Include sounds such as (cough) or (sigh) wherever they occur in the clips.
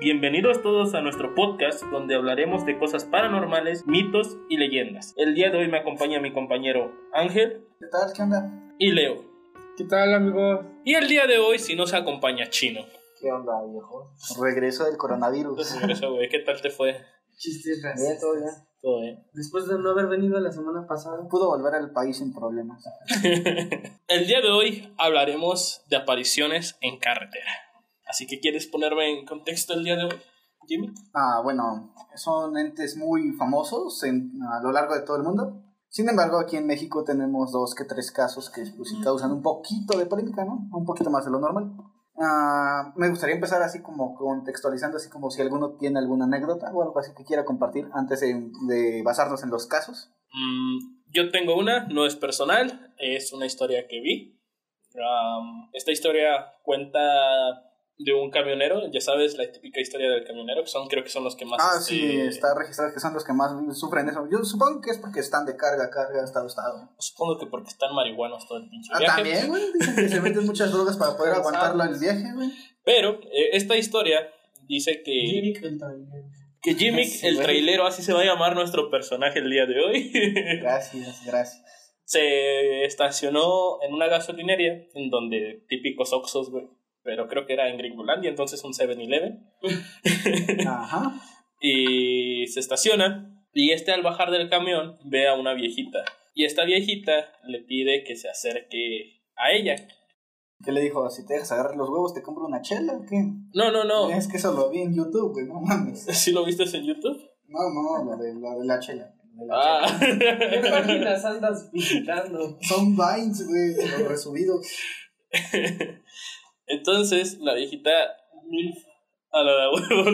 Bienvenidos todos a nuestro podcast donde hablaremos de cosas paranormales, mitos y leyendas. El día de hoy me acompaña mi compañero Ángel ¿Qué tal? ¿Qué onda? y Leo. ¿Qué tal, amigos? Y el día de hoy sí nos acompaña Chino. ¿Qué onda, viejo? Pues, Regreso del coronavirus. Entonces, eso, güey, ¿qué tal te fue? Chistes Bien, racistas. todo bien. Todo bien. Después de no haber venido la semana pasada. Pudo volver al país sin problemas. El día de hoy hablaremos de apariciones en carretera. Así que ¿quieres ponerme en contexto el día de hoy, Jimmy? Ah, bueno, son entes muy famosos en- a lo largo de todo el mundo. Sin embargo, aquí en México tenemos dos que tres casos que pues, sí causan un poquito de polémica, ¿no? Un poquito más de lo normal. Ah, me gustaría empezar así como contextualizando, así como si alguno tiene alguna anécdota o algo así que quiera compartir antes de, de basarnos en los casos. Mm, yo tengo una, no es personal, es una historia que vi. Am, esta historia cuenta de un camionero, ya sabes, la típica historia del camionero, que son, creo que son los que más... Ah, este, sí, está registrado que son los que más sufren eso. Yo supongo que es porque están de carga, carga, estado, estado. Supongo que porque están marihuanos todo el pinche Ah, viaje. también, güey, dicen que se meten muchas drogas para poder aguantarlo el viaje, güey. Pero eh, esta historia dice que, Jimmy Clinton. que Jimmy, (laughs) Sí, el güey. trailero, así se va a llamar nuestro personaje el día de hoy. (laughs) Gracias, gracias. se estacionó en una gasolinería, en donde típicos Oxxos, güey, pero creo que era en Gringolandia, entonces un 7-Eleven, Ajá. y se estaciona, y este al bajar del camión ve a una viejita, y esta viejita le pide que se acerque a ella. ¿Qué le dijo? Si te dejas agarrar los huevos, ¿te compro una chela o qué? No, no, no. Es que eso lo vi en YouTube, güey, no mames. (laughs) ¿Sí lo viste en YouTube? No, no, la de la, de la chela. de la Ah. chela. ¿Qué páginas andas visitando? Son Vines, güey, los resubidos. (laughs) Entonces, la viejita milf, a la (laughs) de huevo,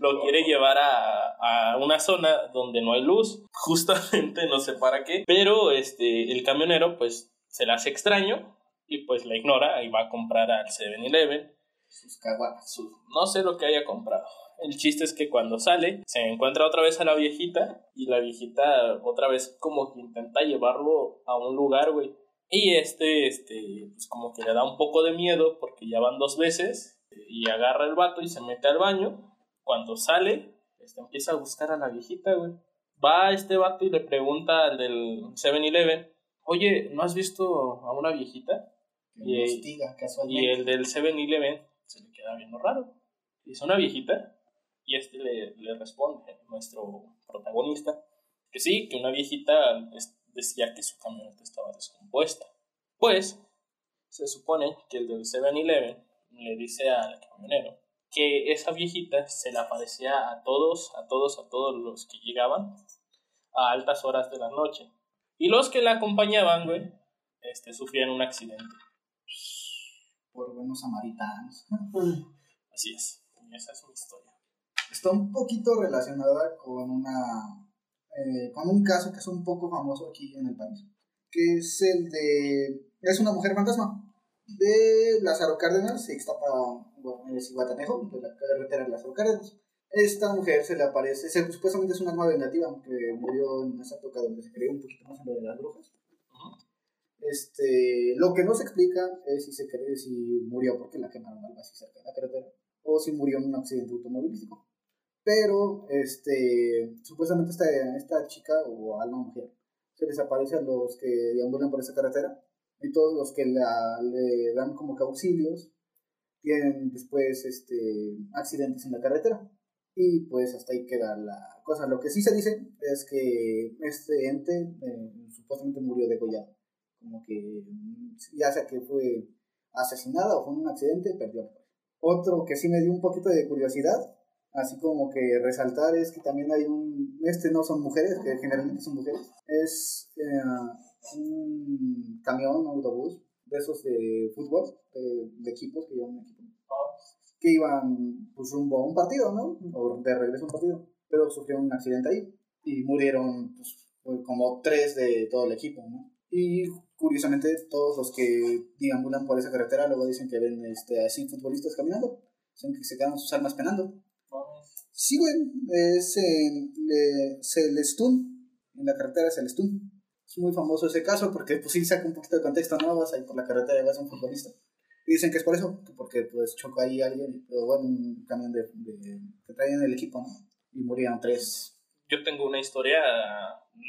lo, lo quiere llevar a, a una zona donde no hay luz, justamente no sé para qué, pero este el camionero pues se la hace extraño y pues la ignora y va a comprar al 7-Eleven, Sus caguamas. su- no sé lo que haya comprado. El chiste es que cuando sale se encuentra otra vez a la viejita y la viejita otra vez como que intenta llevarlo a un lugar, güey. Y este, este, pues como que le da un poco de miedo porque ya van dos veces eh, y agarra el vato y se mete al baño. Cuando sale, este, empieza a buscar a la viejita, güey. Va este vato y le pregunta al del 7-Eleven, oye, ¿no has visto a una viejita? Que Y- investiga Y casualmente. el del 7-Eleven se le queda viendo raro. Dice una viejita y este le, le responde, nuestro protagonista, que sí, que una viejita es- decía que su camioneta estaba descompuesta. Pues se supone que el del 7-Eleven le dice al camionero que esa viejita se le aparecía a todos, a todos, a todos los que llegaban a altas horas de la noche. Y los que la acompañaban, güey, este, sufrían un accidente. Por buenos samaritanos. Así es. Y esa es mi historia. está un poquito relacionada con una eh, con un caso que es un poco famoso aquí en el país que es el de es una mujer fantasma de Lázaro Cárdenas Ixtapa bueno, es Iguatanejo de la carretera de Lázaro Cárdenas esta mujer se le aparece se- supuestamente es una alma vengativa que murió en esa época donde se creía un poquito más en lo de las brujas Ujú. este lo que no se explica es si se cree si murió porque la quemaron algo así cerca de la carretera o si murió en un accidente automovilístico pero este supuestamente esta, esta chica o alma mujer se les aparece a los que deambulan por esa carretera y todos los que la, le dan como que auxilios tienen después este accidentes en la carretera y pues hasta ahí queda la cosa lo que sí se dice es que este ente eh, supuestamente murió degollado como que mm, ya sea que fue asesinada o fue en un accidente perdió la cabeza. otro que sí me dio un poquito de curiosidad así como que resaltar es que también hay un este no son mujeres que generalmente son mujeres es eh, un camión un autobús de esos de fútbol de, de equipos que llevan un equipo que iban pues rumbo a un partido no o de regreso a un partido pero sufrió un accidente ahí y murieron pues, fue como tres de todo el equipo no y curiosamente todos los que deambulan por esa carretera luego dicen que ven este así futbolistas caminando dicen que se quedan sus almas penando Sí, güey, es en le- Celestún, en la carretera Celestún. Es muy famoso ese caso porque, pues, sí saca un poquito de contexto, ¿no? Vas ahí por la carretera y vas a un futbolista. Y dicen que es por eso, que porque pues chocó ahí alguien, o bueno, un camión de, de- que traían el equipo, ¿no? Y murieron tres. Yo tengo una historia,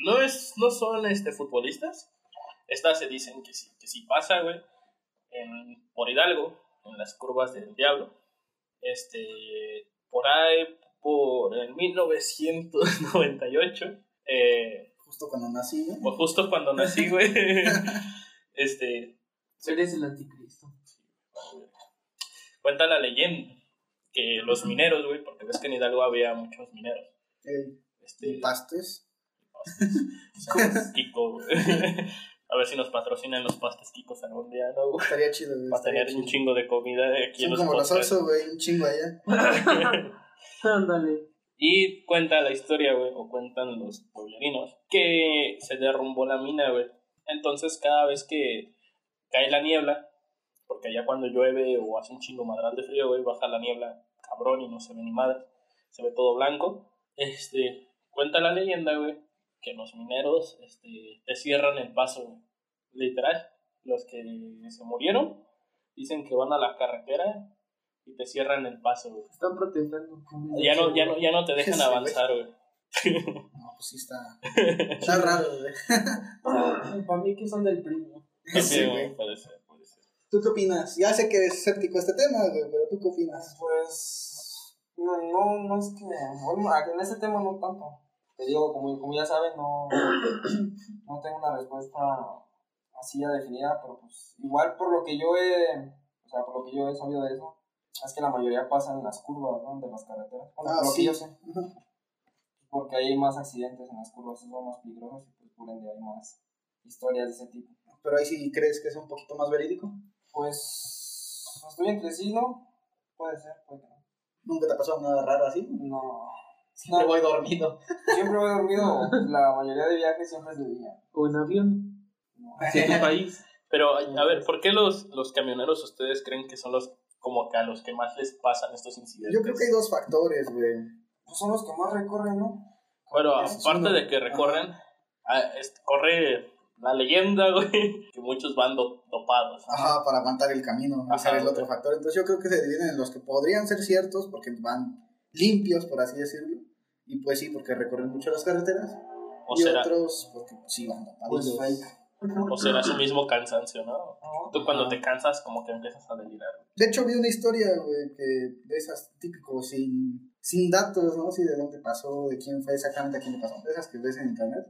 no es, no son este, futbolistas, estas se dicen que sí, que sí pasa, güey, en- por Hidalgo, en las curvas del diablo, este, por ahí, por el 1998, eh, Justo cuando nací, güey. o justo cuando nací, güey, (laughs) este, Eres el anticristo. cuenta la leyenda que los mineros, güey, porque ves que en Hidalgo había muchos mineros, Eh, este, pastes. (laughs) Kiko, güey. A ver si nos patrocinan los pastes Kikos algún día, ¿no? güey? Estaría chido, güey. Para estaría tener chido. un chingo de comida de aquí en Este, Son los como los podcasts. oxo, güey, un chingo allá. Ándale. Y cuenta la historia, güey, o cuentan los pueblerinos, que se derrumbó la mina, güey. Entonces, cada vez que cae la niebla, porque allá cuando llueve o hace un chingo madral de frío, güey, baja la niebla, cabrón, y no se ve ni madre, se ve todo blanco. Este, cuenta la leyenda, güey, que los mineros este, te cierran el paso, güey. Literal, los que se murieron dicen que van a la carretera y te cierran el paso, güey. Están protestando. Ya no, ya no, ya no te dejan Sí, güey. avanzar, güey. No, pues (laughs) sí está. Está raro, güey. Para mí que son del primo. Sí, güey. puede ser, puede ser. ¿Tú qué opinas? Ya sé que es escéptico este tema, güey, pero ¿tú qué opinas? Pues no, no, no es que bueno, en ese tema no tanto. Te digo, como, como ya saben, (coughs) no, no tengo una respuesta así ya definida, pero pues igual por lo que yo he, o sea, por lo que yo he sabido de eso, es que la mayoría pasa en las curvas, ¿no? De las carreteras. Bueno, Ah, por lo sí. que yo sé. Porque hay más accidentes en las curvas, son más peligrosos y pues por ende hay más historias de ese tipo. Pero ahí sí crees que es un poquito más verídico. Pues estoy entre sí, ¿no? Puede ser, puede que no. ¿Nunca te ha pasado nada raro así? No. Siempre voy dormido. Siempre voy dormido. pues, La mayoría de viajes siempre es de día. O en avión. No. Hacia tu país. Pero, a ver, ¿por qué los, los camioneros ustedes creen que son los como que a los que más les pasan estos incidentes? Yo creo que hay dos factores, güey. Pues son los que más recorren, ¿no? Bueno, Eso es aparte uno. de que recorren, ah, este, corre la leyenda, (laughs) güey, que muchos van do- dopados. ¿no? Ajá, para aguantar el camino. Ese Ajá. era el otro factor. Entonces yo creo que se dividen en los que podrían ser ciertos porque van limpios, por así decirlo. Y pues sí, porque recorren mucho las carreteras. O, y será, otros porque sí van Pues tapaditos. fake. o será su mismo cansancio, ¿no? ¿no? Tú cuando Ajá. te cansas como que empiezas a delirar. De hecho, vi una historia, güey, que de esas típico, sin, sin datos, ¿no? Si de dónde pasó, de quién fue exactamente, a quién le pasó. De esas que ves en internet.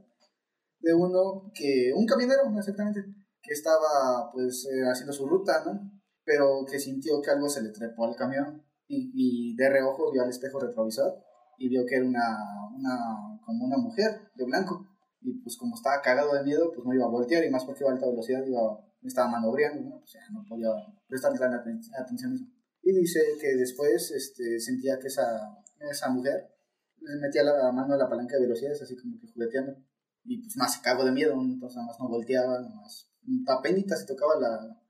De uno que, un camionero, no exactamente, que estaba, pues, eh, haciendo su ruta, ¿no? Pero que sintió que algo se le trepó al camión y, y de reojo vio al espejo retrovisor y vio que era una, una, como una mujer de blanco. Y pues como estaba cagado de miedo, pues no iba a voltear y más porque iba a alta velocidad, iba, estaba manobreando, ¿no? O sea, no podía prestarle gran aten- atención a eso. Y dice que después este, sentía que esa, esa mujer le metía la mano a la palanca de velocidades, así como que jugueteando. Y pues más se cagó de miedo, ¿no? entonces nada más no volteaba, nada más. Apenitas se tocaba la,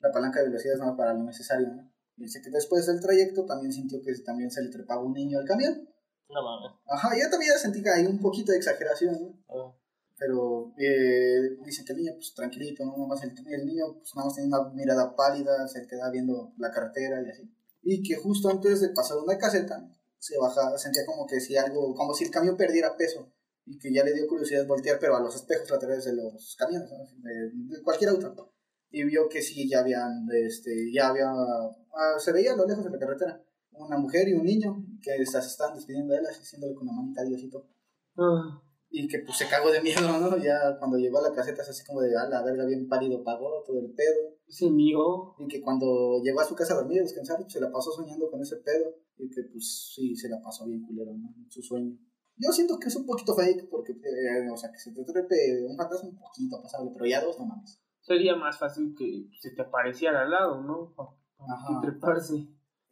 la palanca de velocidades nada más para lo necesario, ¿no? Y dice que después del trayecto también sintió que también se le trepaba un niño al camión. No mames. Ajá, yo también sentí que hay un poquito de exageración, ¿no? Ah, Pero eh, dice que el niño, pues tranquilito, ¿no? Nada más el, el niño, pues nada más tiene una mirada pálida, se queda viendo la carretera y así. Y que justo antes de pasar una caseta, se baja, sentía como que si algo, como si el camión perdiera peso. Y que ya le dio curiosidad voltear, pero a los espejos laterales de los camiones, ¿no? de, de cualquier auto. Y vio que sí, ya habían, este, ya había, ah, se veía a lo lejos de la carretera una mujer y un niño que se estaban despidiendo de él, así, haciéndole con la manita Diosito. Ah, Y que pues se cagó de miedo, ¿no? Ya cuando llegó a la caseta es así como de, a la verga, bien pálido, pagó todo el pedo. se mió. Y que cuando llegó a su casa a dormir y descansar, se la pasó soñando con ese pedo. Y que pues sí, se la pasó bien culero, ¿no? En su sueño. Yo siento que es un poquito fake, porque, eh, o sea, que se te trepe un fantasma un poquito pasable, pero ya dos, no mames. Sería más fácil que se te apareciera al lado, ¿no? Pa- pa- Ajá. Y treparse.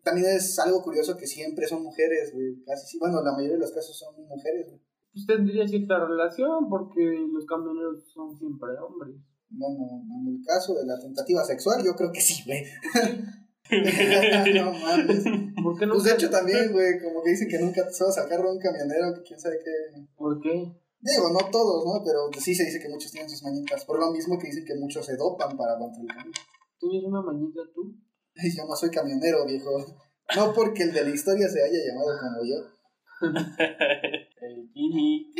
También es algo curioso que siempre son mujeres, güey. Casi sí, bueno, la mayoría de los casos son mujeres, güey. Pues tendría cierta relación porque los camioneros son siempre hombres. Bueno, en el caso de la tentativa sexual, yo creo que sí, güey. (laughs) no mames. ¿Por qué no? Pues de hecho también, güey, como que dicen que nunca se va a sacar de un camionero, que quién sabe qué. ¿Por qué? Digo, no todos, ¿no? Pero pues sí se dice que muchos tienen sus mañitas. Por lo mismo que dicen que muchos se dopan para aguantar el camino. ¿Tienes una mañita tú? Yo no soy camionero, viejo. No porque el de la historia se haya llamado como yo. El Jimmy.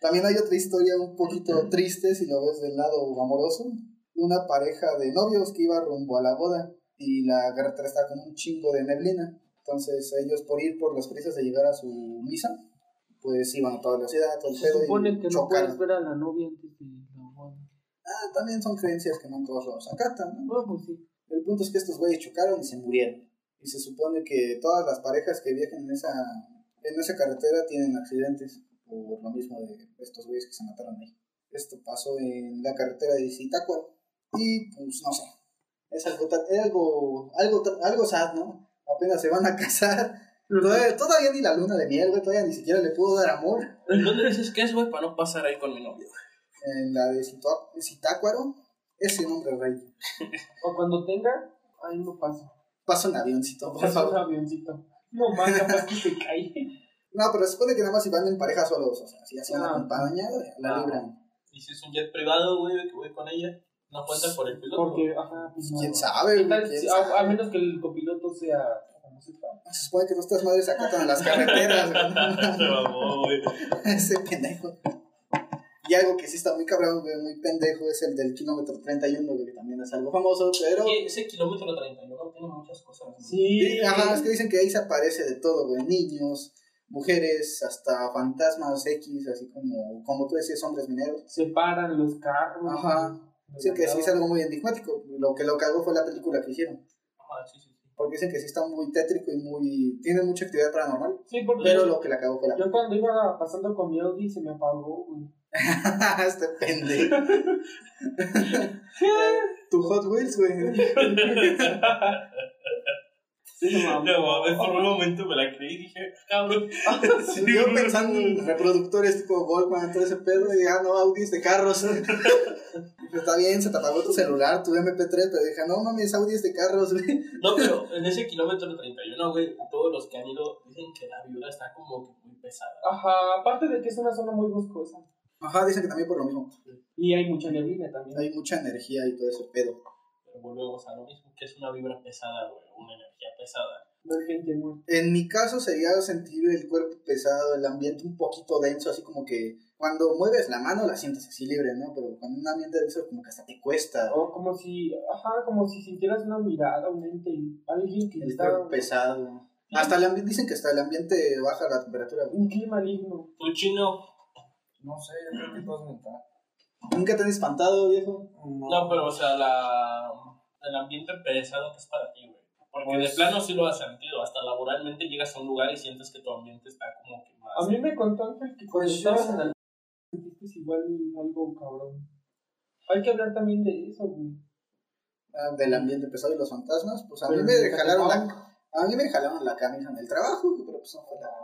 También hay otra historia un poquito triste, si lo ves del lado amoroso, de una pareja de novios que iba rumbo a la boda y la carretera está con un chingo de neblina. Entonces ellos por ir por las prisas de llegar a su misa, pues iban a toda velocidad, a todo el Se pedo supone y que no chocaron. puedes ver a la novia antes de la boda. Ah, también son creencias que no en todos los acatan, ¿no? Bueno, pues sí. El punto es que estos güeyes chocaron y se murieron. Y se supone que todas las parejas que viajan en esa, en esa carretera tienen accidentes por lo mismo de estos güeyes que se mataron ahí. Esto pasó en la carretera de Zitácuaro. Y pues no sé. Es algo, tan- es algo, algo, tan- algo sad, ¿no? Apenas se van a (laughs) casar. Todavía, todavía ni la luna de miel, güey. Todavía ni siquiera le pudo dar amor. ¿En dónde dices que es, güey? Para no pasar ahí con mi novio. En la de Zitua- Zitácuaro, ese hombre rey. O cuando tenga, ahí no pasa. Pasa un avioncito, por Pasa favor. un avioncito. No más, capaz que (laughs) se cae. No, pero se supone que nada más si van en pareja solos, o sea, si hacen Ah. acompañado, la Ah. libran. Y si es un jet privado, güey, que voy con ella. No cuenta por el piloto. Porque, ajá, pues no. ¿Quién sabe? ¿Qué güey? tal ¿Quién si- sabe? a, a menos que el copiloto sea homosexual. Se supone que no estas madres acatan a las (laughs) carreteras, Se güey. (laughs) mamó, güey. Ese pendejo. Y algo que sí está muy cabrón, güey, muy pendejo, es el del kilómetro 31, güey, que también es algo famoso, pero... Que Ese kilómetro 31 tiene muchas cosas. ¿no? Sí. Ajá, es que dicen que ahí se aparece de todo, güey, niños, mujeres, hasta fantasmas X, así como, como tú decías, hombres mineros. Separan los carros. Ajá. Dicen que sí es algo muy enigmático, lo que lo cagó fue la película que hicieron. Ajá, Ah, sí, sí, sí. porque dicen que sí está muy tétrico y muy tiene mucha actividad paranormal, Sí, porque pero lo que la cagó fue la yo cuando iba pasando con mi Audi se me apagó, güey. (laughs) este pendejo. tu Hot Wheels, güey. Sí, se (laughs) me No mames, por un momento me la creí y dije, cabrón. Sí, Yo güey. pensando en reproductores tipo Goldman, todo ese pedo, y ah, no, Audis de carros. (laughs) Pero está bien, se te apagó tu celular, tu MP3, pero dije, no mames, Audis de carros, güey. No, pero en ese kilómetro 31, güey, todos los que han ido dicen que la vibra está como que muy pesada. Ajá, aparte de que es una zona muy boscosa. Ajá, dicen que también por lo mismo. Y hay mucha neblina también. Hay mucha energía y todo ese pedo. Pero volvemos a lo mismo, que es una vibra pesada, güey, una energía pesada. Ver gente muerta. En mi caso sería sentir el cuerpo pesado, el ambiente un poquito denso, así como que cuando mueves la mano la sientes así libre, ¿no? Pero cuando un ambiente denso como que hasta te cuesta O como si, ajá, como si sintieras una mirada, un ente, alguien que el está... cuerpo pesado. Hasta el ambiente, dicen que hasta el ambiente baja la temperatura. güey. Un clima maligno. Tu chino. No sé, yo creo que todo es mental. ¿Nunca te han espantado, viejo? No, pero o sea, la, el ambiente pesado que es para ti, güey. Porque de Pues- plano sí lo has sentido. Hasta laboralmente llegas a un lugar y sientes que tu ambiente está como que más. A mí me contó Ángel que cuando Pues sí, estabas sí. en el... Sentiste igual algo cabrón. Hay que hablar también de eso, güey. Ah, Del ambiente pesado y los fantasmas, pues a mí Pero me nunca te jalaron tocaban. la, a mí me jalaron la camisa en el trabajo, güey, pero pues no fue nada.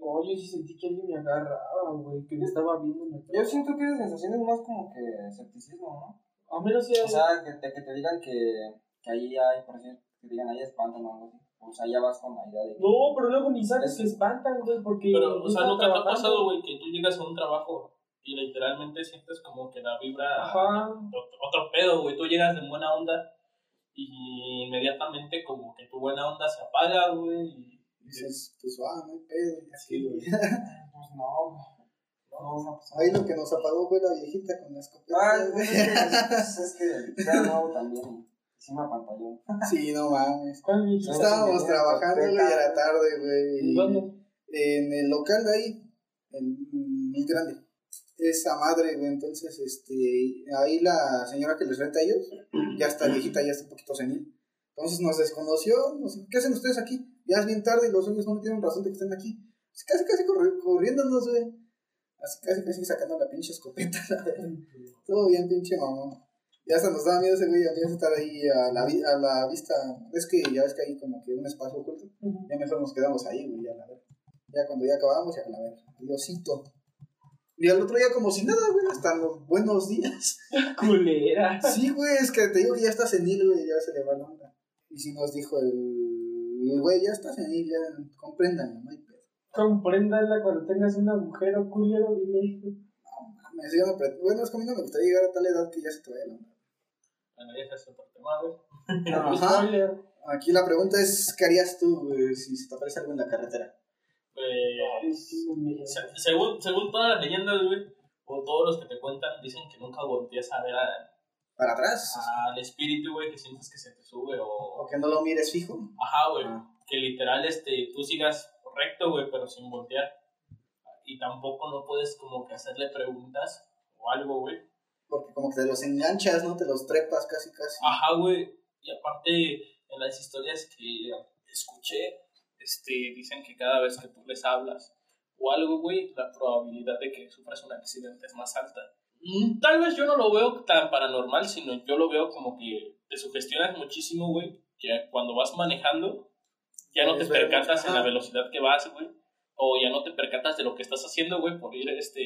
No, yo sí sentí que alguien me agarraba, güey, que me estaba viendo en el Yo siento que esa sensación es más como que escepticismo, A menos si ¿no? O sea, que te, que te digan que, que ahí hay, por decir, que te digan ahí espantan o algo así. O sea, ya vas con la idea de que. No, pero luego ni sabes que espantan, güey, porque... Pero, o sea, están nunca te ha trabajando. pasado, güey, que tú llegas a un trabajo y literalmente sientes como que la vibra. Ajá. Otro, otro pedo, güey. Tú llegas en buena onda y inmediatamente como que tu buena onda se apaga, güey. y- Dices, pues ah, no hay pedo. y así, Sí, güey. Pues no, güey. no, no, pues. Ahí lo que nos apagó fue la viejita con la escopeta. Ah, güey. pues es que, pues es que era nuevo también. y Sí me apantalló. (laughs) sí, no mames. ¿Cuál es? No, Estábamos sí, trabajando, güey, perfecta. era tarde, güey. ¿En (laughs) y- dónde? En el local de ahí, en Mil Grande. Esa madre, güey. Entonces, este, ahí la señora que les renta a ellos, ya está viejita, ya está un poquito senil. Entonces nos desconoció, nos dijo, ¿qué hacen ustedes aquí? Ya es bien tarde y los sueños no tienen razón de que estén aquí. Así casi, casi corri- corriéndonos, güey. Así casi, casi sacando la pinche escopeta. la verga. Todo bien, pinche mamón. Ya hasta nos daba miedo ese güey, a mí estar ahí a la, vi- a la vista. Es que ya ves que hay como que un espacio oculto. Ujú. Ya mejor nos quedamos ahí, güey, ya la verga. Ya cuando ya acabamos, ya la verga. Diosito. Y al otro día como si nada, güey, hasta los buenos días. (laughs) Culera. Sí, güey, es que te digo que ya está senil, güey, ya se le va la onda. Y si nos dijo el el güey, ya está senil, ya compréndanlo, no hay pedo. Compréndala cuando tengas un agujero, culero, dile. No mames, yo no pre- Bueno, es que a mí no me gustaría llegar a tal edad que ya se te vaya la onda. Bueno, ya se hace otro tema, güey. (laughs) Ajá. Spoiler. Aquí la pregunta es, ¿qué harías tú güey, si se te aparece algo en la carretera? Pues, Ay, sí, me miedo. se- según, según todas las leyendas, güey, o todos los que te cuentan, dicen que nunca volteas a ver a- ¿Para atrás? al espíritu, güey, que sientes que se te sube ¿O o... que no lo mires fijo? Ajá, güey, Ah. que literal este, tú sigas recto, güey, pero sin voltear. Y tampoco no puedes como que hacerle preguntas o algo, güey. Porque como que te los enganchas, ¿no? Te los trepas casi, casi. Ah. Ajá, güey. Y aparte, en las historias que escuché, este, dicen que cada vez que tú les hablas o algo, güey, la probabilidad de que sufras un accidente es más alta. Mm, Tal vez yo no lo veo tan paranormal, sino yo lo veo como que te sugestionas muchísimo, güey, que cuando vas manejando ya no te Es verdad, percatas en ajá. la velocidad que vas, güey, o ya no te percatas de lo que estás haciendo, güey, por ir, este,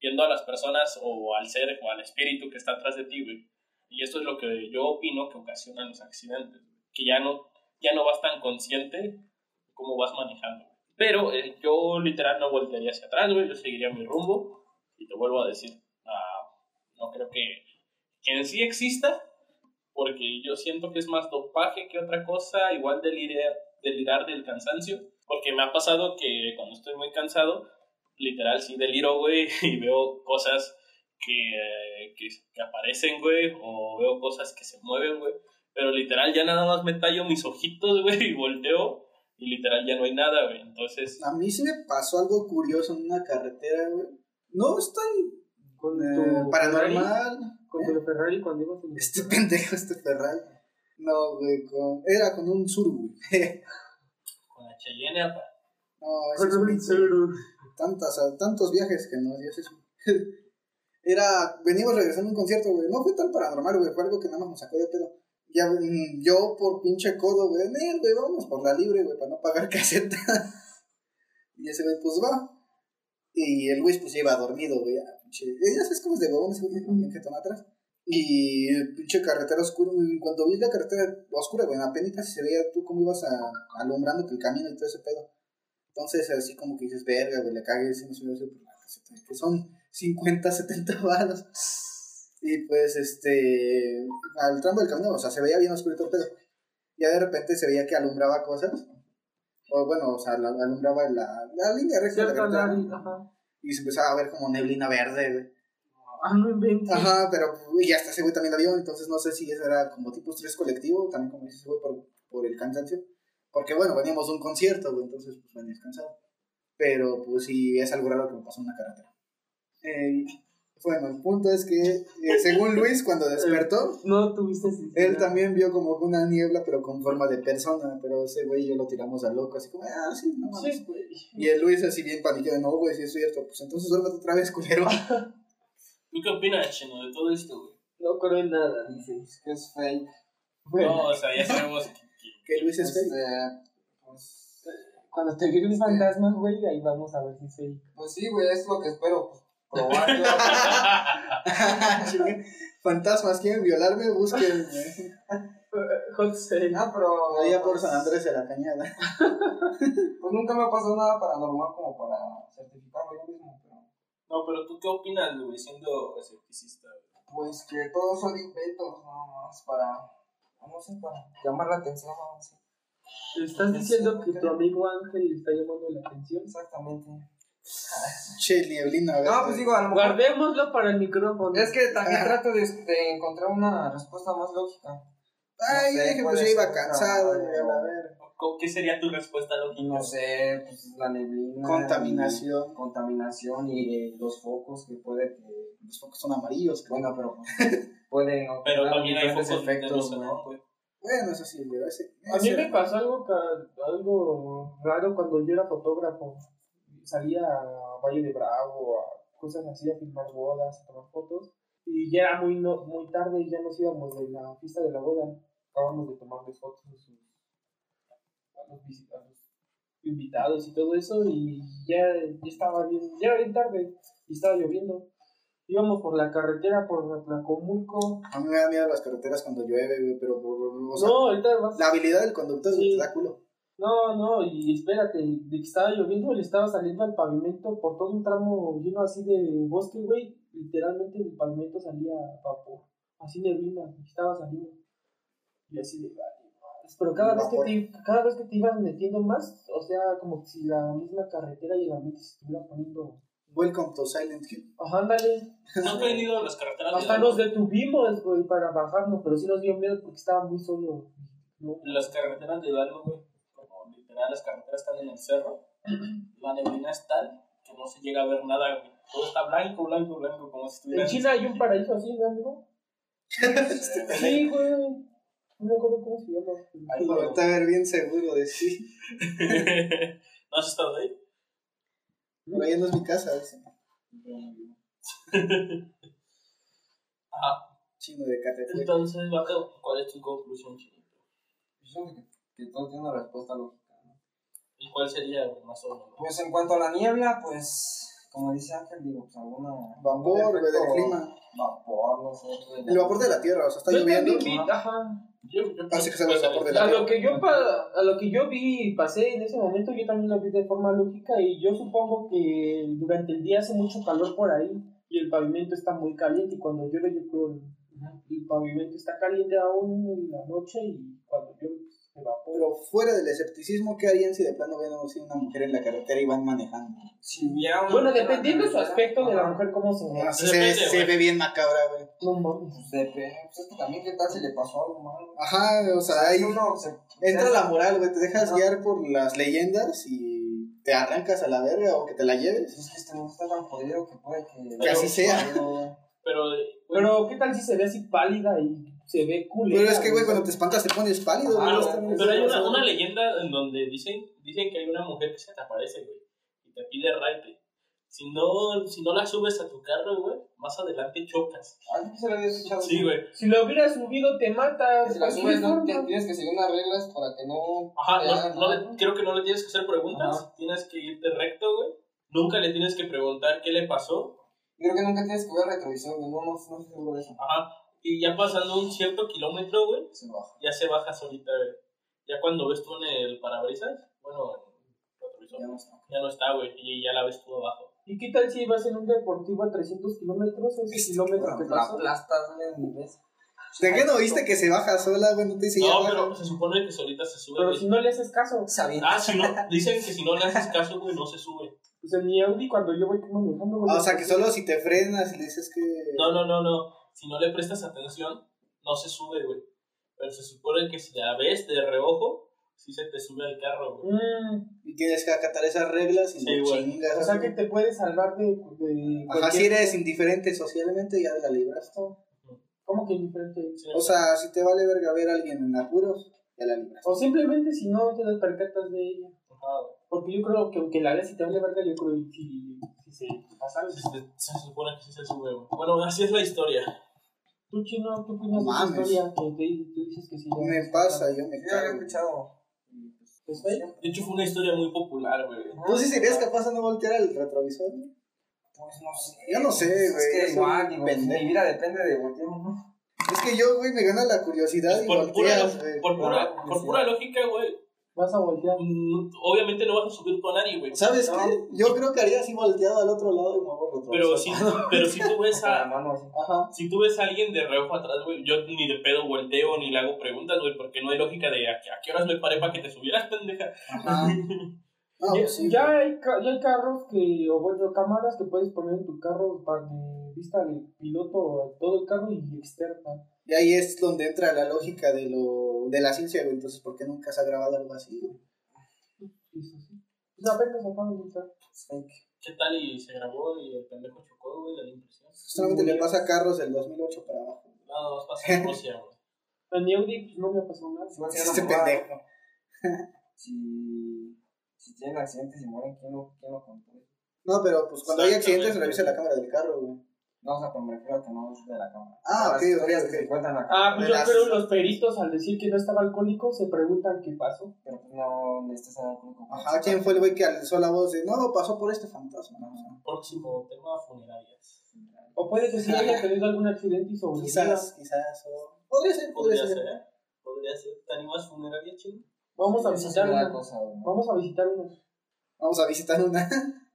viendo a las personas o al ser o al espíritu que está atrás de ti, güey. Y esto es lo que yo opino que ocasiona los accidentes, que ya no, ya no vas tan consciente de cómo vas manejando. Pero eh, yo literal no voltearía hacia atrás, güey, yo seguiría mi rumbo y te vuelvo a decir, ah, no creo que, que en sí exista, porque yo siento que es más dopaje que otra cosa, igual delirar, delirar del cansancio, porque me ha pasado que cuando estoy muy cansado, literal sí deliro, güey, (laughs) y veo cosas que, eh, que, que aparecen, güey, o veo cosas que se mueven, güey. Pero literal ya nada más me tallo mis ojitos, (laughs) güey, y volteo, y literal ya no hay nada, güey. Entonces, A mí se me pasó algo curioso en una carretera, güey. No es tan Con eh, tu Ferrari, paranormal. Con tu Ferrari cuando ibas en el- Este pendejo, este Ferrari. No, güey, con... era con un sur, güey. con la Cheyenne, apa, No, ese Con es un un- Tsuru. tantas, tantos viajes que nos dio ese sur. (laughs) Era, venimos regresando a un concierto, güey. No fue tan paranormal, güey. Fue algo que nada más nos sacó de pedo. Ya, mm, yo por pinche codo, güey. Nel, güey, vámonos por la libre, güey, para no pagar (laughs) caseta. y ese güey, pues va. Y el Luis, pues ya iba dormido, güey. Ah, pinche- eh, Ya sabes cómo es de huevón ese güey, bien que toma atrás. Y eh, pinche carretera oscura. En cuanto vi la carretera oscura, güey, apenas se veía tú cómo ibas a, alumbrándote el camino y todo ese pedo. Entonces, así como que dices, verga, güey, le cagué, si no subió ese por la caseta, que son 50, 70 balas. Y pues, este, al tramo del camino, o sea, se veía bien oscurito el pedo. Ya de repente se veía que alumbraba cosas. O bueno, o sea, la- alumbraba la, la línea recta. de la Cierto, carretera, Larry, ¿no? ajá. Y se empezaba a ver como neblina verde, güey. Ah, no inventes. Ajá, pero pues, y hasta ese güey también la vio, entonces no sé si ese era como tipo estrés colectivo, también como dices, güey, por, por el cansancio. Porque bueno, veníamos de un concierto, güey, entonces pues venías cansado. Pero pues sí, es algo raro que me pasó en la carretera. Eh, bueno, el punto es que, eh, según Luis, cuando despertó, No tuviste sensibilidad. él también vio como que una niebla, pero con forma de persona. Pero ese güey y yo lo tiramos a loco, así como, ah, sí, no mames. Sí, güey. Y el Luis así bien paniqueado, no, güey, sí es cierto, pues entonces duérmete otra vez, culero. ¿tú qué opinas, Chino, de todo esto, güey? No creo en nada, dice. Es que es fake. No, o sea, ya sabemos que, que- Que Luis es feliz. Este, pues, Cuando te viene un fantasma, güey, ahí vamos a ver si soy. pues sí, güey, es lo que espero. pues, Probar. Chingue. Fantasmas quieren violarme, (laughs) busquen Hot sale. Ah, pero. allá por pues, San Andrés de la Cañada. (laughs) Pues nunca me ha pasado nada paranormal como para certificarlo yo mismo, pero. No, pero ¿tú qué opinas, güey, siendo escepticista? güey? Pues que todos son inventos, nada más para. No sé, para llamar la atención, no sé. Le estás diciendo que tu amigo Ángel le está llamando la atención. Exactamente. Che, nieblina, ¿verdad? No, pues digo, a lo mejor. Guardémoslo para el micrófono. Es que también trato de, de encontrar una respuesta más lógica. Ay, no yo sé, dije, puede pues yo ser iba otra, cansado, güey, güey, a la o- verga. ¿Cómo- ¿Qué sería tu respuesta lógica? No sé, pues la neblina. Contaminación. Contaminación y eh, los focos que puede que. Los focos son amarillos, creo. Bueno, pero pues, (laughs) pueden Pero ocasionar también hay diferentes focos efectos, efectos, güey. (laughs) ¿no, güey? Bueno, eso sí, pero ese. A mí ese- me pasó algo, ca- algo raro cuando yo era fotógrafo. Salía a Valle de Bravo, a cosas así, a filmar bodas, a tomar fotos. Y ya era muy, no- muy tarde y ya nos íbamos de la fiesta de la boda. Acabamos de tomarles fotos a, sus- a los, visi- a los invitados y todo eso. Y ya, ya estaba bien, ya era bien tarde y estaba lloviendo. Íbamos por la carretera, por Tlacomulco. A mí me da miedo las carreteras cuando llueve, güey, pero por. o sea, No, ahorita vas. La habilidad del conductor Sí. es da culo. No, no, y espérate, de que estaba lloviendo, le estaba saliendo al pavimento por todo un tramo lleno así de bosque, güey. Literalmente el pavimento salía vapor. así neblina, y estaba saliendo. Y así de, "Vale, madres". pero cada vez, que te, cada vez que te ibas metiendo más, o sea, como si la misma carretera y el ambiente se estuviera poniendo. Welcome to Silent Hill. Ajá, ándale. No han venido las carreteras. de Hasta la- nos detuvimos, güey, para bajarnos, pero sí nos dio miedo porque estaba muy solo. No, las carreteras de Hidalgo, güey, como literal las carreteras están en el cerro, la neblina es tal que no se llega a ver nada, güey. Todo está blanco, blanco, blanco, como si estuviera... En China hay un paraíso así, ¿no, amigo? Sí, güey. No me acuerdo cómo se llama. Ahí, güey. Está bien seguro de sí. (laughs) ¿No has estado ahí? Por ahí no es mi casa, dicen. Ajá. Chino de Catepec. Entonces, vato, ¿cuál es tu conclusión, Chinito? Yo siento que, que todo tiene una respuesta lógica. ¿no? ¿Y cuál sería, güey, más o menos? Pues en cuanto a la niebla, pues, como dice Ángel, digo, pues alguna. Vapor, güey, del efecto clima. Vapor, no sé. El vapor de la tierra, o sea, está Yo lloviendo. también vi- Ajá. Yo, yo Parece que se va a escapar de la A lo, que yo pa- a lo que yo vi y pasé en ese momento, yo también lo vi de forma lógica y yo supongo que durante el día hace mucho calor por ahí y el pavimento está muy caliente y cuando llueve yo creo que el pavimento está caliente aún en la noche y cuando llueve pues, se evapora. Pero fuera del escepticismo, ¿qué harían si de plano ven a una mujer en la carretera y van manejando? Si hubiera un- Bueno, dependiendo de su Ajá. aspecto de la mujer, cómo se ve. Ah, se, Depende, ve- se güey. ve bien macabra, güey. No mames. Pues depende. Pues es que también, ¿qué tal si le pasó algo malo? Ajá, o sea, ahí Si uno se- entra la moral, güey. Te dejas Ajá. guiar por las leyendas y te arrancas a la verga o que te la lleves. Es que este mundo está tan jodido que puede que. Que así sea. Pero- Pero, eh, güey, Pero, ¿qué tal si se ve así pálida y se ve culera? Pero es que, güey, cuando te espantas te pones pálido, Este, Ajá, güey. pero, Ah, Está muy pero hay una, cabrón. una leyenda en donde dicen, dicen que hay una mujer que se te aparece, güey, y te pide raite. Si no, si no la subes a tu carro, güey, más adelante chocas. Alguien Ah, se lo había escuchado. Sí, güey. Si lo hubieras subido, te pues, mata. Que Si la subes, no, te- tienes que seguir unas reglas para que no. Ajá, te no, hagan no nada. le- creo que no le tienes que hacer preguntas, Ajá. tienes que irte recto, güey. Nunca le tienes que preguntar qué le pasó. Creo que nunca tienes que ver retrovisor, güey. No, no, no estoy seguro de eso. Ajá. Y ya pasando un cierto kilómetro, güey, Se baja. ya se baja solita, güey. Ya cuando ves tú en el parabrisas, bueno, en el retrovisor, Ya no está. ya no está, güey, y ya la ves tú abajo. ¿Y qué tal si vas en un deportivo a 300 kilómetros? Ese kilómetro que Pero La pasó. aplastas, güey, ni ves. ¿De qué no viste que se baja sola, güey? No te dice ya No, baja. pero se supone que solita se sube. Pero güey. si no le haces caso. Sabía. Ah, si no, dicen que si no le haces caso, güey, no se sube. O sea, pues, mi Audi, cuando yo voy manejando, güey. Ah, O sea, que solo si te frenas y le dices que. No, no, no, no. Si no le prestas atención, no se sube, güey. Pero se supone que si la ves de reojo, sí se te sube al carro, güey. Mm, Y tienes que acatar esas reglas y Sí, no güey. chingas. o sea, que te puede salvar de. de Ajá, si eres indiferente socialmente, ya la libras. Como que indiferente. Sí. O sea, si te vale verga ver a alguien en apuros, ya la libras. O simplemente si no te despercatas de ella. Ajá, güey. Porque yo creo que aunque la veas y te hable verga, yo creo que si, si se pasa algo. Se, se supone que sí se sube, güey. Bueno, así es la historia. Tú, chino, tú opinas de Mames. esa historia que te, tú dices que sí. ya Me está? pasa, yo me Yo ya había cago. escuchado. ¿Está ahí? De hecho, fue una historia muy popular, güey. ¿Tú sí serías capaz de no voltear al retrovisor? Pues no sé. Yo no sé, güey, Es yo que soy igual, un digo, pendejo. mi vida depende de voltear. ¿no? Es que yo, güey, me gana la curiosidad y Por pura, volteas, güey. por pura, Ah, por pura lógica, güey. Vas a voltear. mm, Obviamente no vas a subir con nadie, güey. ¿Sabes No. qué? Yo creo que haría así volteado al otro lado y me hago retrovisor. Pero si, (laughs) pero si tú ves Con la a, mano así. Ajá. Si tú ves a alguien de reojo atrás, güey, yo ni de pedo volteo ni le hago preguntas, güey, porque no hay lógica de a, a qué horas me paré para que te subieras, (laughs) pendeja. Ajá. No, ya, pues sí, ya güey. hay, ca- ya hay carros que, o bueno, cámaras que puedes poner en tu carro para de vista del piloto, todo el carro y externa. Y ahí es donde entra la lógica de lo de la ciencia, güey. Entonces, ¿por qué nunca se ha grabado algo así, güey? Eso sí. Pues apenas acaban de entrar. Es fake. ¿Qué tal? Y se grabó y el pendejo chocó, güey, de la impresión. Solamente Muy le pasa a carros del 2008 para abajo. Nada más pasa en Rusia, güey. A mi Audi pues, no me ha pasado nada. Si voltean a Este jugar, pendejo. Si, si tienen accidentes y mueren, ¿quién lo, quién lo controla? No, pero pues cuando hay Exactamente. accidentes, revisa la cámara del carro, güey. No, o sea, pero me refiero a que no es de la cámara. Ah, Las ok, ok, historias ok. que se cuentan acá, Ah, pues yo Verás. creo los peritos al decir que no estaba alcohólico se preguntan qué pasó. pero pues no necesitas saber cómo Ajá, ¿quién fue el güey que alzó la voz de no, pasó por este fantasma? ¿no? Próximo tema, funerarias. O puede que sí haya tenido algún accidente y sobreviva. Quizás, quizás. O... Podría ser, Podría podría ser, ser. ¿eh? Podría ser. ¿Te animas funerarias, chino? Vamos a Esa es visitar una una. cosa, güey, ¿no? Vamos a visitar una. Vamos a visitar una.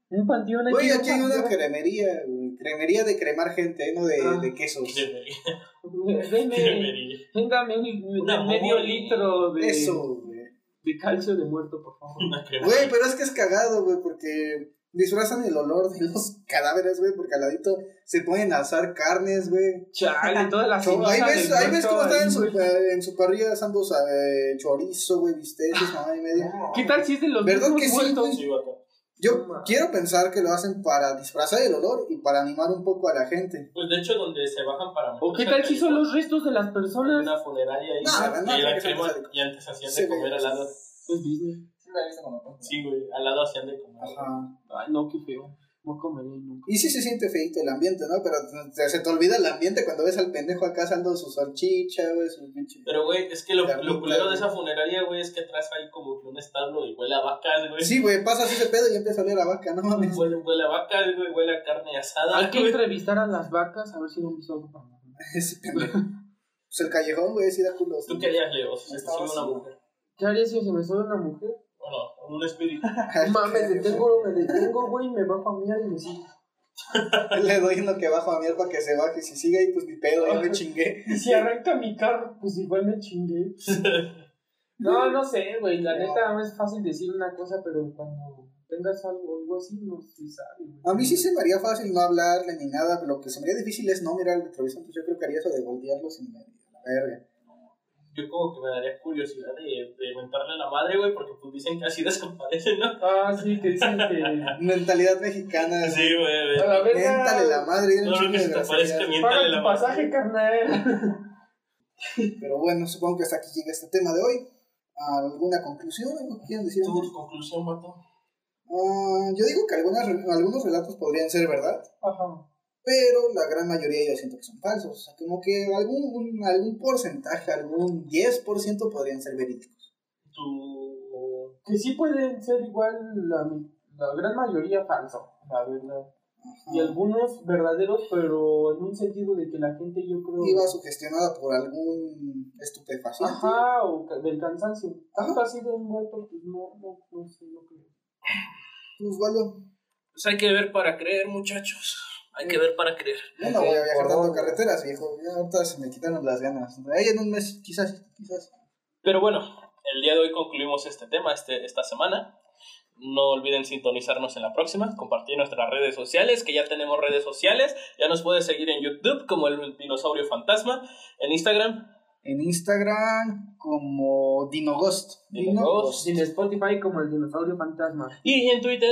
Un (laughs) panteón aquí. Oye, un aquí hay una panteón. cremería, güey. cremería de cremar gente, ¿eh? no de, Ah. de quesos. Sí, güey. Un (laughs) Denme, Debería. (laughs) dame un Una medio boli. litro de, Eso, güey. de calcio de muerto, por favor. Una crema. Güey, pero es que es cagado, güey, porque disfrazan el olor de los (laughs) cadáveres, güey, porque al ladito se ponen a asar carnes, güey. Chale, toda la Chon- Ahí cebolla ves, del ahí ves cómo muerto están en ahí, su, güey. en su parrilla asando eh, chorizo, güey, bisteces, mamá y media. ¿Qué tal si es de los ¿Verdad mismos que sí, muertos? Sí, vato. Yo quiero pensar que lo hacen para disfrazar el olor y para animar un poco a la gente. Pues de hecho, donde se bajan para. ¿O qué tal si son los restos de las En personas? una funeraria ahí. No, no, y, no, la no, crema- no, no. y antes hacían Se de ve. comer al lado. Es Disney. Sí, la he visto cuando pasa. Sí, güey, al lado hacían de comer. Ajá. Ay, no, qué feo. No comería nunca. Y sí se siente feito el ambiente, ¿no? Pero te- se te olvida el ambiente cuando ves al pendejo acá asando su salchicha, güey, su pinche. Pero, güey, es que lo, La lo puta, culero de güey. esa funeraria, güey, es que atrás hay como que un establo y huele a vacas, güey. Pues, Sí, güey, pasas ese pedo y empieza a oler a vaca, no mames. Huele, huele a vacas, güey, huele a carne asada. Hay que güey. entrevistar a las vacas a ver si no han visto algo paranormal. (laughs) Ese pendejo. Pues el callejón, güey, sí da culos. ¿Tú qué harías, Leo? Si se te Estaba sube una así. mujer. ¿Qué haría si se me sube una mujer? Bueno, un espíritu. Ay, Mames, qué detengo, me detengo, güey, me bajo a mirar y me sigo. feo. (laughs) Le doy en lo que bajo a mierda para que se baje. Si sigue ahí, pues mi pedo, ya (laughs) me chingué. Y si arranca mi carro, pues igual me (laughs) chingué. No, no sé, güey, la neta no es fácil decir una cosa, pero cuando tengas algo, algo así, no se sabe, güey. A mí sí se me haría fácil no hablarle ni nada, pero lo que se me haría difícil es no mirar el retrovisor. Entonces yo creo que haría eso de voltearlo sin medio. La verga. Yo como que me daría curiosidad de, de mentarle a la madre, güey, porque pues dicen que así (laughs) desaparece, ¿no? Ah, sí, que dicen que... Mentalidad mexicana. Sí, güey, A güey. la verga, Méntale la madre y Todo un lo chingo que de se te aparezca, groserías. miéntale Paga la tu madre. pasaje, carnal. Pero bueno, supongo que hasta aquí llega este tema de hoy. ¿Alguna conclusión? ¿Algo que quieran decir? ¿Tu conclusión, vato? Ah, yo digo que algunas, algunos relatos podrían ser verdad. (laughs) Ajá. pero la gran mayoría yo siento que son falsos. O sea, como que algún, un- algún porcentaje, algún 10% podrían ser verídicos. Tu... Que sí pueden ser igual la, mi- la gran mayoría falso, la verdad. Y algunos verdaderos, pero en un sentido de que la gente, yo creo... Iba sugestionada por algún estupefaciente. Ajá, o ca- del cansancio. Tanto Ajá. así de un muerto, pues no, no, no sé, no creo. Pues bueno, Pues hay que ver para creer, muchachos. Hay que ver para creer. yo no voy a viajar por tanto en dónde. carreteras, viejo. Ya ahorita se me quitaron las ganas. De ahí en un mes, quizás, quizás. Pero bueno, el día de hoy concluimos este tema este, esta semana. No olviden sintonizarnos en la próxima, compartir nuestras redes sociales, que ya tenemos redes sociales. Ya nos puedes seguir en YouTube como el Dinosaurio Fantasma, en Instagram. En Instagram como Dinoghost. Dinoghost. Sin Spotify como el dinosaurio fantasma. Pues, Y en Twitter,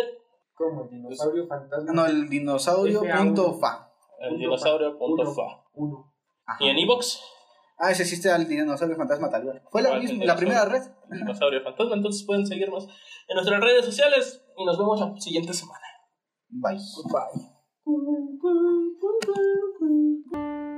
Como el dinosaurio fantasma. No, el dinosaurio.fa. el Punto dinosaurio.fa. Uno. Ajá. Y en Evox, Ah, ese existe al dinosaurio fantasma tal vez. Fue la, Ah, misma, el la primera red. el dinosaurio fantasma. Entonces pueden seguirnos en nuestras redes sociales y nos vemos la siguiente semana. Bye. Bye.